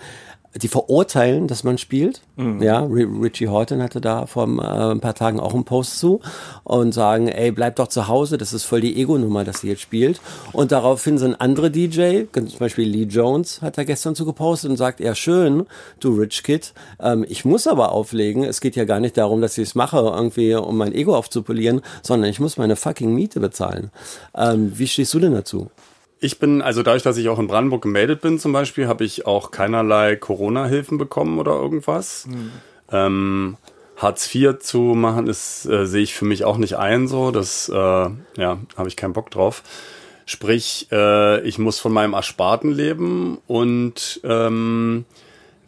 C: die verurteilen, dass man spielt. Ja, Ri- Richie Horton hatte da vor äh, ein paar Tagen auch einen Post zu und sagen, ey, bleib doch zu Hause, das ist voll die Ego-Nummer, dass sie jetzt spielt. Und daraufhin sind andere DJ, zum Beispiel Lee Jones hat da gestern zu gepostet und sagt, ja schön, du Rich Kid, ähm, ich muss aber auflegen, es geht ja gar nicht darum, dass ich es mache, irgendwie um mein Ego aufzupolieren, sondern ich muss meine fucking Miete bezahlen. Ähm, wie stehst du denn dazu?
E: Ich bin, also dadurch, dass ich auch in Brandenburg gemeldet bin zum Beispiel, habe ich auch keinerlei Corona-Hilfen bekommen oder irgendwas. Ähm, Hartz IV zu machen, ist, äh, sehe ich für mich auch nicht ein so. Das, äh, ja, habe ich keinen Bock drauf. Sprich, äh, ich muss von meinem Ersparten leben und ähm,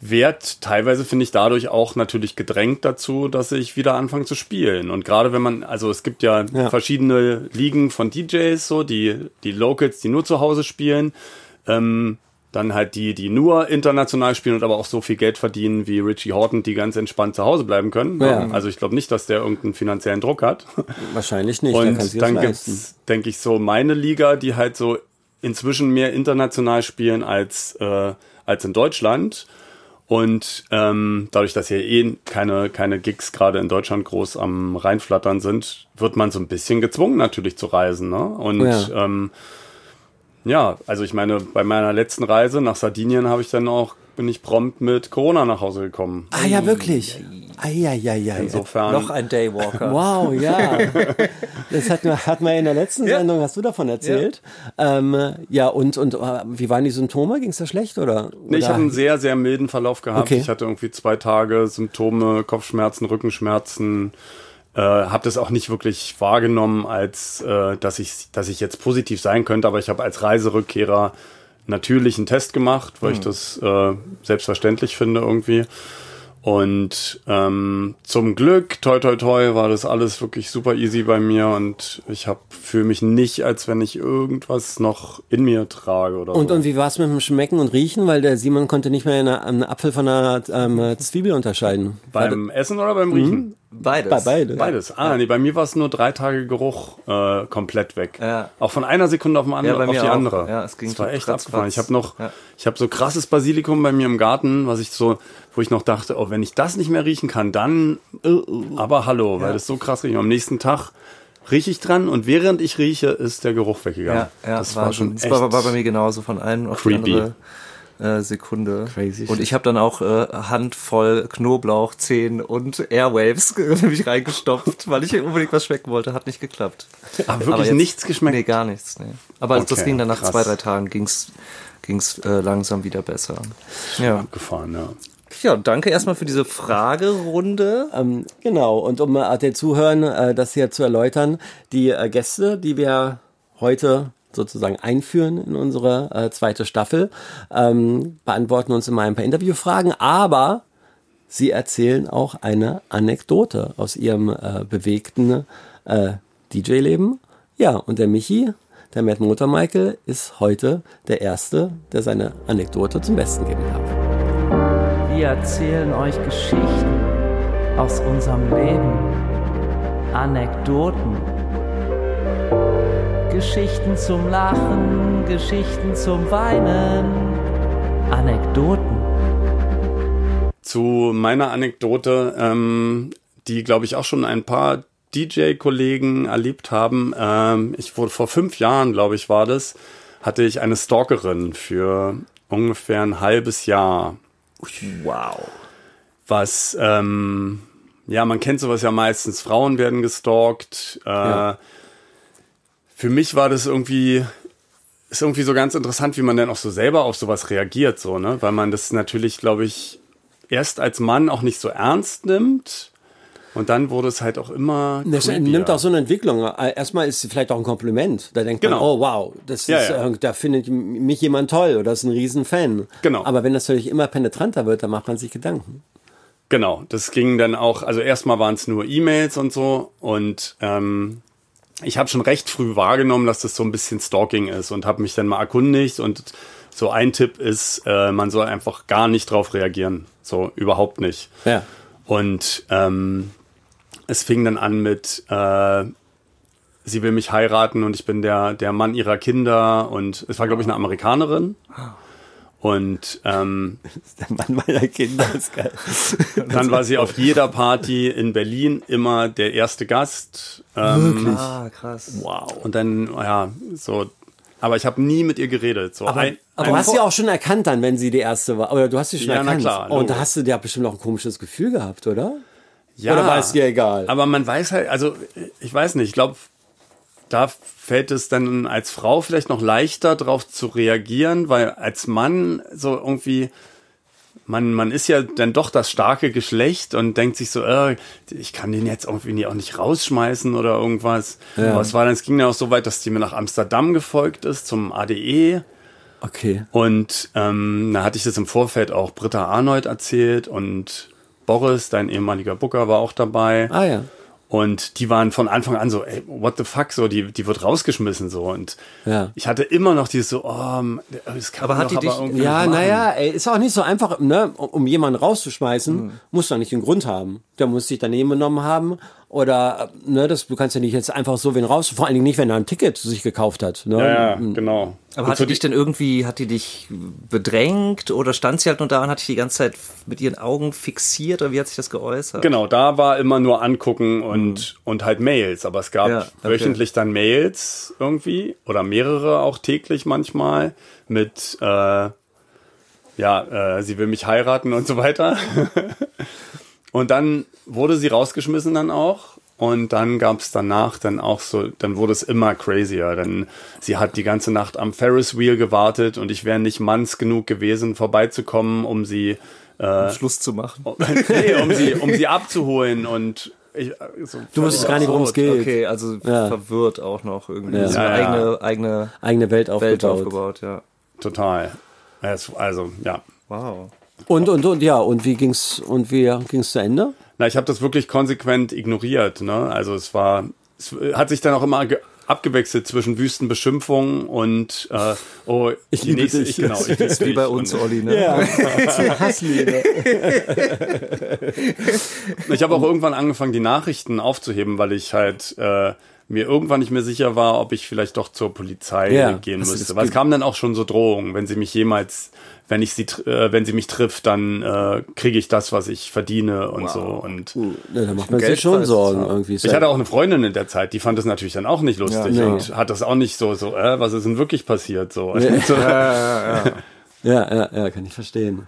E: werd teilweise finde ich dadurch auch natürlich gedrängt dazu, dass ich wieder anfange zu spielen. Und gerade wenn man, also es gibt ja,
C: Ja.
E: verschiedene Ligen von DJs, so die, die Locals, die nur zu Hause spielen, ähm, dann halt die, die nur international spielen und aber auch so viel Geld verdienen wie Richie Horton, die ganz entspannt zu Hause bleiben können.
C: Ja.
E: Also ich glaube nicht, dass der irgendeinen finanziellen Druck hat.
C: Wahrscheinlich nicht, der kann sich
E: Und
C: das
E: dann
C: leisten.
E: gibt's, denke ich, so meine Liga, die halt so inzwischen mehr international spielen als, äh, als in Deutschland. Und ähm, dadurch, dass hier eh keine, keine Gigs gerade in Deutschland groß am Reinflattern sind, wird man so ein bisschen gezwungen natürlich zu reisen. Ne? Und
C: Ja.
E: Ähm, ja, also ich meine, bei meiner letzten Reise nach Sardinien habe ich dann auch, bin ich prompt mit Corona nach Hause gekommen.
C: Ah ja, wirklich. Ah ja, ja, ja. ja.
E: Insofern.
B: Noch ein Daywalker.
C: Wow, ja. Das hat, man- hat man in der letzten
B: Ja.
C: Sendung, hast du davon erzählt. Ja, ähm, ja und, und äh, wie waren die Symptome? Ging es da schlecht oder?
E: Nee, ich
C: oder?
E: habe einen sehr, sehr milden Verlauf gehabt.
C: Okay.
E: Ich hatte irgendwie zwei Tage Symptome, Kopfschmerzen, Rückenschmerzen. Äh, habe das auch nicht wirklich wahrgenommen, als äh, dass, ich, dass ich jetzt positiv sein könnte. Aber ich habe als Reiserückkehrer natürlich einen Test gemacht, weil
C: Hm.
E: ich das äh, selbstverständlich finde irgendwie. Und ähm, zum Glück, toi toi toi, war das alles wirklich super easy bei mir und ich habe fühle mich nicht, als wenn ich irgendwas noch in mir trage oder
C: und,
E: so.
C: und wie war es mit dem Schmecken und Riechen? Weil der Simon konnte nicht mehr eine, einen Apfel von einer ähm, Zwiebel unterscheiden.
E: beim Essen oder beim Riechen?
C: Hm.
B: Beides.
C: Bei beide.
E: Beides. Ah, nee, bei mir war es nur drei Tage Geruch äh, komplett weg.
B: Ja.
E: Auch von einer Sekunde auf, den
B: Ja, bei
E: andere, auf
B: mir
E: die
B: auch.
E: andere.
B: Ja, es ging
E: das war
B: so
E: echt
B: kratz,
E: abgefahren.
B: kratz.
E: Ich habe noch,
B: Ja.
E: ich habe so krasses Basilikum bei mir im Garten, was ich so, wo ich noch dachte, oh, wenn ich das nicht mehr riechen kann, dann. äh, aber hallo, weil das so krass riecht. Am nächsten Tag rieche ich dran und während ich rieche, ist der Geruch weggegangen.
B: Ja, ja
E: das war schon
B: Das
E: echt.
B: war, war bei mir genauso von einem auf
E: creepy.
B: die andere äh, Sekunde.
E: Crazy
B: und
E: shit.
B: ich habe dann auch äh, handvoll Knoblauch, Zehen und Airwaves mich reingestopft, weil ich unbedingt was schmecken wollte. Hat nicht geklappt.
E: Ah, wirklich nichts geschmeckt?
B: Nee, gar nichts. Nee. Aber das
E: Okay,
B: ging dann nach
E: krass.
B: zwei, drei Tagen ging's ging's äh, langsam wieder besser. Ja.
E: abgefahren, ja.
B: ja, danke erstmal für diese Fragerunde.
C: Ähm, genau, und um äh, den Zuhörern äh, das hier zu erläutern, die äh, Gäste, die wir heute sozusagen einführen in unsere äh, zweite Staffel, ähm, beantworten uns immer ein paar Interviewfragen, aber sie erzählen auch eine Anekdote aus ihrem äh, bewegten äh, DJ-Leben. Ja, und der Michi, der Matt Motor Michael, ist heute der Erste, der seine Anekdote zum Besten geben darf.
A: Wir erzählen euch Geschichten aus unserem Leben, Anekdoten, Geschichten zum Lachen, Geschichten zum Weinen, Anekdoten.
E: Zu meiner Anekdote, ähm, die glaube ich auch schon ein paar DJ-Kollegen erlebt haben. Ähm, ich wurde vor fünf Jahren, glaube ich, war das, hatte ich eine Stalkerin für ungefähr ein halbes Jahr.
B: Wow.
E: was, ähm, ja, man kennt sowas ja meistens, Frauen werden gestalkt. Äh, Für mich war das irgendwie, ist irgendwie so ganz interessant, wie man dann auch so selber auf sowas reagiert, so, ne? Weil man das natürlich, glaube ich, erst als Mann auch nicht so ernst nimmt. Und dann wurde es halt auch immer.
F: Das
E: creepier.
F: nimmt auch so eine Entwicklung. Äh, Erstmal ist es vielleicht auch ein Kompliment. Da denkt man,
E: Genau.
F: oh wow, das
E: Ja,
F: ist,
E: ja.
F: äh, da findet m- mich jemand toll oder ist ein Riesenfan.
E: Genau.
F: Aber wenn das natürlich immer penetranter wird, dann macht man sich Gedanken.
E: Genau, das ging dann auch, also erstmal waren es nur E-Mails und so und ähm, ich habe schon recht früh wahrgenommen, dass das so ein bisschen Stalking ist und habe mich dann mal erkundigt und so ein Tipp ist, äh, man soll einfach gar nicht drauf reagieren, so überhaupt nicht.
F: Ja.
E: Und ähm, es fing dann an mit, äh, sie will mich heiraten und ich bin der, der Mann ihrer Kinder und es war, glaube ich, eine Amerikanerin. Und ähm,
F: Der Mann meiner Kinder ist geil.
E: dann war sie auf jeder Party in Berlin immer der erste Gast. Ähm,
B: Ah, krass.
E: wow. Und dann, ja, so. Aber ich habe nie mit ihr geredet. So
F: Aber,
E: ein-
F: aber
E: ein-
F: du hast sie auch schon erkannt dann, wenn sie die erste war. Oder du hast sie schon
E: Ja, na
F: erkannt.
E: klar,
F: und da
E: logisch.
F: hast du dir bestimmt auch ein komisches Gefühl gehabt, oder?
E: ja,
F: oder war es dir egal?
E: Aber man weiß halt, also ich weiß nicht, ich glaube, da fällt es dann als Frau vielleicht noch leichter drauf zu reagieren, weil als Mann so irgendwie, man, man ist ja dann doch das starke Geschlecht und denkt sich so, äh, ich kann den jetzt irgendwie nie- auch nicht rausschmeißen oder irgendwas. Aber es war dann, es ging dann auch so weit, dass die mir nach Amsterdam gefolgt ist zum E. ADE.
F: Okay.
E: Und ähm, da hatte ich das im Vorfeld auch Britta Arnold erzählt und Boris, dein ehemaliger Booker, war auch dabei.
F: Ah ja.
E: Und die waren von Anfang an so, ey, what the fuck, so, die, die wird rausgeschmissen, so. Und
F: Ja.
E: ich hatte immer noch dieses so, oh, m- das kann
B: Aber
E: man
B: hat
E: doch
B: die dich-
E: irgendwie
F: Ja,
E: nicht machen.
F: naja, ey, ist auch nicht so einfach, ne? Um- Um jemanden rauszuschmeißen,
E: Mhm.
F: muss doch nicht den Grund haben. Der muss sich daneben genommen haben. Oder, äh, ne, das, du kannst ja nicht jetzt einfach so wen raus, vor allen Dingen nicht, wenn er ein Ticket sich gekauft hat. Ne?
E: Ja, ja, genau.
B: Aber
E: Und
B: hat
E: so
B: die dich denn irgendwie, hat die dich bedrängt oder stand sie halt nur da und hat dich die ganze Zeit mit ihren Augen fixiert oder wie hat sich das geäußert?
E: Genau, da war immer nur angucken und, und halt Mails. Aber es gab
B: Mhm. Ja, okay.
E: wöchentlich dann Mails irgendwie oder mehrere auch täglich manchmal mit, äh, ja, äh, sie will mich heiraten und so weiter. und dann wurde sie rausgeschmissen dann auch. Und dann gab es danach dann auch so, dann wurde es immer crazier. Dann sie hat die ganze Nacht am Ferris Wheel gewartet und ich wäre nicht manns genug gewesen, vorbeizukommen, um sie
B: Schluss zu machen.
E: nee, um sie, um sie abzuholen und ich, also, so
F: Du wusstest gar nicht, worum es geht.
B: Okay, also verwirrt auch noch irgendwie. So eine
E: Ja,
B: eigene,
E: ja.
B: eigene
F: Eigene Welt aufgebaut.
B: Welt aufgebaut, ja.
E: total. Es- Also, ja.
B: Wow.
F: Und, und, und, ja, und wie ging's, und wie ging's zu Ende?
E: Na, ich habe das wirklich konsequent ignoriert, ne? Also es war es hat sich dann auch immer ge- abgewechselt zwischen Wüstenbeschimpfungen und äh, oh, ich die
F: liebe
E: nächste,
F: dich.
E: ich genau, ich liebe
B: Wie
E: dich.
B: bei uns,
E: Und
B: Olli, ne? Ja.
F: Hassliebe.
E: ich habe auch irgendwann angefangen, die Nachrichten aufzuheben, weil ich halt äh, mir irgendwann nicht mehr sicher war, ob ich vielleicht doch zur Polizei
F: Ja,
E: gehen
F: hast du
E: müsste.
F: das
E: Weil es
F: ge-
E: kamen dann auch schon so Drohungen, wenn sie mich jemals, wenn ich sie, tr- äh, wenn sie mich trifft, dann äh, kriege ich das, was ich verdiene und so. Und
F: Ja, da macht man sich
B: Geldpreis
F: schon
B: zu
F: Sorgen
B: haben.
F: irgendwie.
E: ich hatte auch eine Freundin in der Zeit, die fand das natürlich dann auch nicht lustig
F: Ja, nee.
E: und hat das auch nicht so, so, äh, was ist denn wirklich passiert? So. so
F: ja, ja, ja, kann ich verstehen.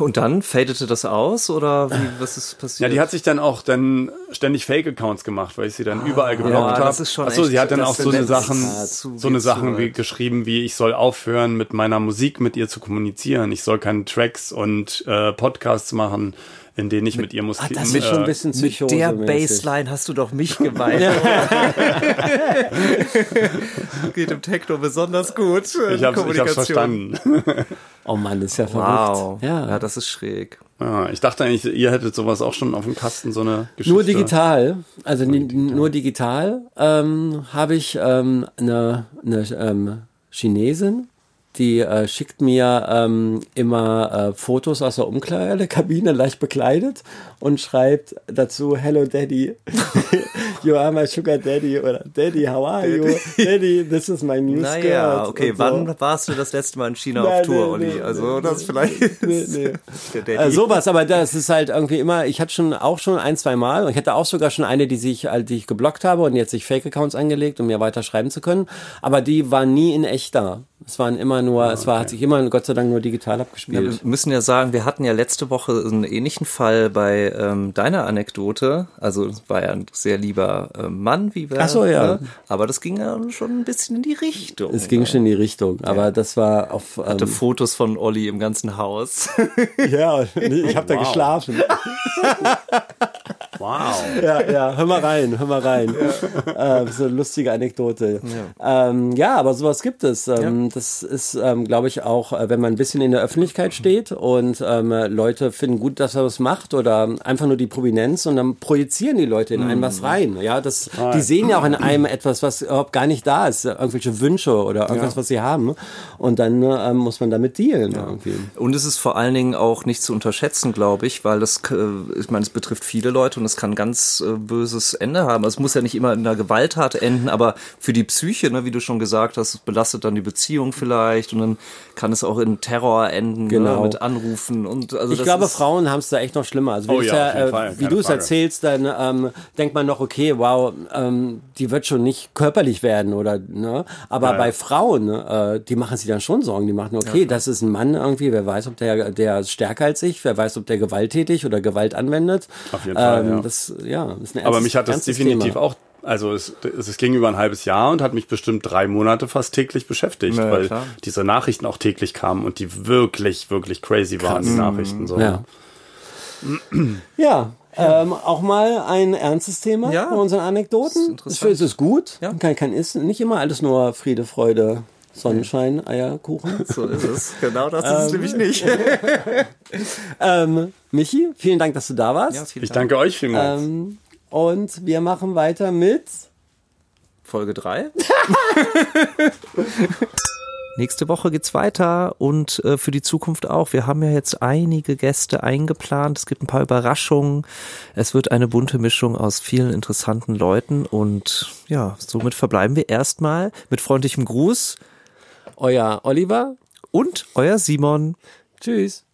B: Und dann fadete das aus oder wie, was ist
E: Ja,
B: passiert?
E: die hat sich dann auch dann ständig Fake-Accounts gemacht, weil ich sie dann überall geblockt
B: das
E: habe.
B: ist schon
E: Achso, sie
B: echt-
E: hat dann
B: das
E: auch so
B: ist
E: eine
B: jetzt
E: Sachen,
B: zu-
E: so eine
B: zu
E: Sachen wie
B: weit.
E: geschrieben, wie ich soll aufhören, mit meiner Musik mit ihr zu kommunizieren. Ich soll keine Tracks und äh, Podcasts machen, in denen ich mit, ihr
B: Ah,
E: äh, muss.
C: Ah,
F: Das ist schon ein bisschen
B: mit der
F: psychosemäßig.
B: Baseline hast du doch mich gemeint. Geht im Techno besonders gut.
E: ich hab's, ich hab's verstanden.
F: Oh Mann, das ist ja verrückt.
B: Wow.
F: Ja.
B: ja, das ist schräg.
E: Ah, ich dachte eigentlich, ihr hättet sowas auch schon auf dem Kasten, so eine Geschichte.
C: Nur digital, also ni- nur digital ähm, habe ich ähm, eine, eine ähm, Chinesin, die äh, schickt mir ähm, immer äh, Fotos aus der Umkleidekabine, leicht bekleidet und schreibt dazu Hello Daddy, you are my sugar daddy oder Daddy, how are you? Daddy, this is my new skirt.
B: Naja, okay,
C: und so.
B: wann warst du das letzte Mal in China
C: Nein,
B: auf Tour,
C: nee,
B: Olli?
C: nee,
B: also
C: nee,
B: das
C: nee,
B: vielleicht
C: nee,
B: ist
C: nee.
B: der Daddy.
C: Äh, sowas, aber das ist halt irgendwie immer, ich hatte schon auch schon ein, zwei Mal und ich hatte auch sogar schon eine, die sich, halt, die ich geblockt habe und jetzt sich Fake-Accounts angelegt, um mir weiter schreiben zu können. Aber die war nie in echter. Es waren immer nur, es war, hat sich immer Gott sei Dank nur digital
B: Ja,
C: abgespielt.
B: wir müssen ja sagen, wir hatten ja letzte Woche einen ähnlichen Fall bei ähm, deiner Anekdote. Also es war ja ein sehr lieber ähm, Mann, wie wir. ne?
C: Ach so, ja.
B: Aber das ging ja schon ein bisschen in die Richtung. ne?
C: es ging schon in die Richtung, aber das war auf.
B: hatte
C: Ähm,
B: Fotos von Olli im ganzen Haus.
C: ja, ich habe da
E: Wow.
C: geschlafen.
E: Wow.
C: ja, ja, hör mal rein, hör mal rein. Äh, so eine lustige Anekdote. Ja, ähm, ja aber sowas gibt es. Ähm, Das ist, ähm, glaube ich, auch, äh, wenn man ein bisschen in der Öffentlichkeit steht und ähm, äh, Leute finden gut, dass er was macht oder einfach nur die Prominenz und dann projizieren die Leute in einen was rein. Ja, das, die sehen ja auch in einem etwas, was überhaupt gar nicht da ist. Irgendwelche Wünsche oder irgendwas, was sie haben. Und dann ähm, muss man damit dealen irgendwie.
B: Und es ist vor allen Dingen auch nicht zu unterschätzen, glaube ich, weil das, äh, ich meine, es betrifft viele Leute und es kann ganz äh, böses Ende haben. Also Es muss ja nicht immer in einer Gewalttat enden, aber für die Psyche, ne, wie du schon gesagt hast, es belastet dann die Beziehung vielleicht und dann kann es auch in Terror enden ne,
C: Genau.
B: mit Anrufen und also
C: ich
B: das
C: glaube,
B: ist,
C: Frauen haben es da echt noch schlimmer. Also, wie
E: Oh
C: du's
E: ja, auf jeden
C: äh,
E: Fall,
C: wie
E: keine
C: du es
E: Frage.
C: erzählst, dann ähm, denkt man noch, okay, wow, ähm, die wird schon nicht körperlich werden oder ne. Aber bei Frauen, äh, die machen sich dann schon Sorgen. Die machen, okay, das ist ein Mann irgendwie. Wer weiß, ob der der ist stärker als ich. Wer weiß, ob der gewalttätig oder Gewalt anwendet. Ähm,
E: Auf jeden Fall, ja.
C: Das, ja, das ist ein
E: Aber
C: ernstes-
E: mich hat das
C: ernstes
E: definitiv
C: Thema.
E: auch, also es, es, es ging über ein halbes Jahr und hat mich bestimmt drei Monate fast täglich beschäftigt,
B: Ja, ja,
E: weil
B: klar.
E: diese Nachrichten auch täglich kamen und die wirklich, wirklich crazy waren, die Nachrichten. So.
C: Ja. Ja, ähm, auch mal ein ernstes Thema
B: Ja.
C: bei unseren Anekdoten.
B: Das ist
C: Ich finde, es ist gut.
B: Ja.
C: Kann, kann ist nicht immer alles nur Friede, Freude, Sonnenschein, Eierkuchen.
B: So ist es. Genau das ist es nämlich nicht.
C: ähm, Michi, vielen Dank, dass du da warst.
B: Ja, vielen
E: Ich danke euch vielmals.
C: ähm, und wir machen weiter mit.
B: Folge 3. Nächste Woche geht's weiter und äh, für die Zukunft auch. Wir haben ja jetzt einige Gäste eingeplant. Es gibt ein paar Überraschungen. Es wird eine bunte Mischung aus vielen interessanten Leuten und ja, somit verbleiben wir erstmal mit freundlichem Gruß
C: Euer Oliver.
B: und euer Simon.
C: Tschüss.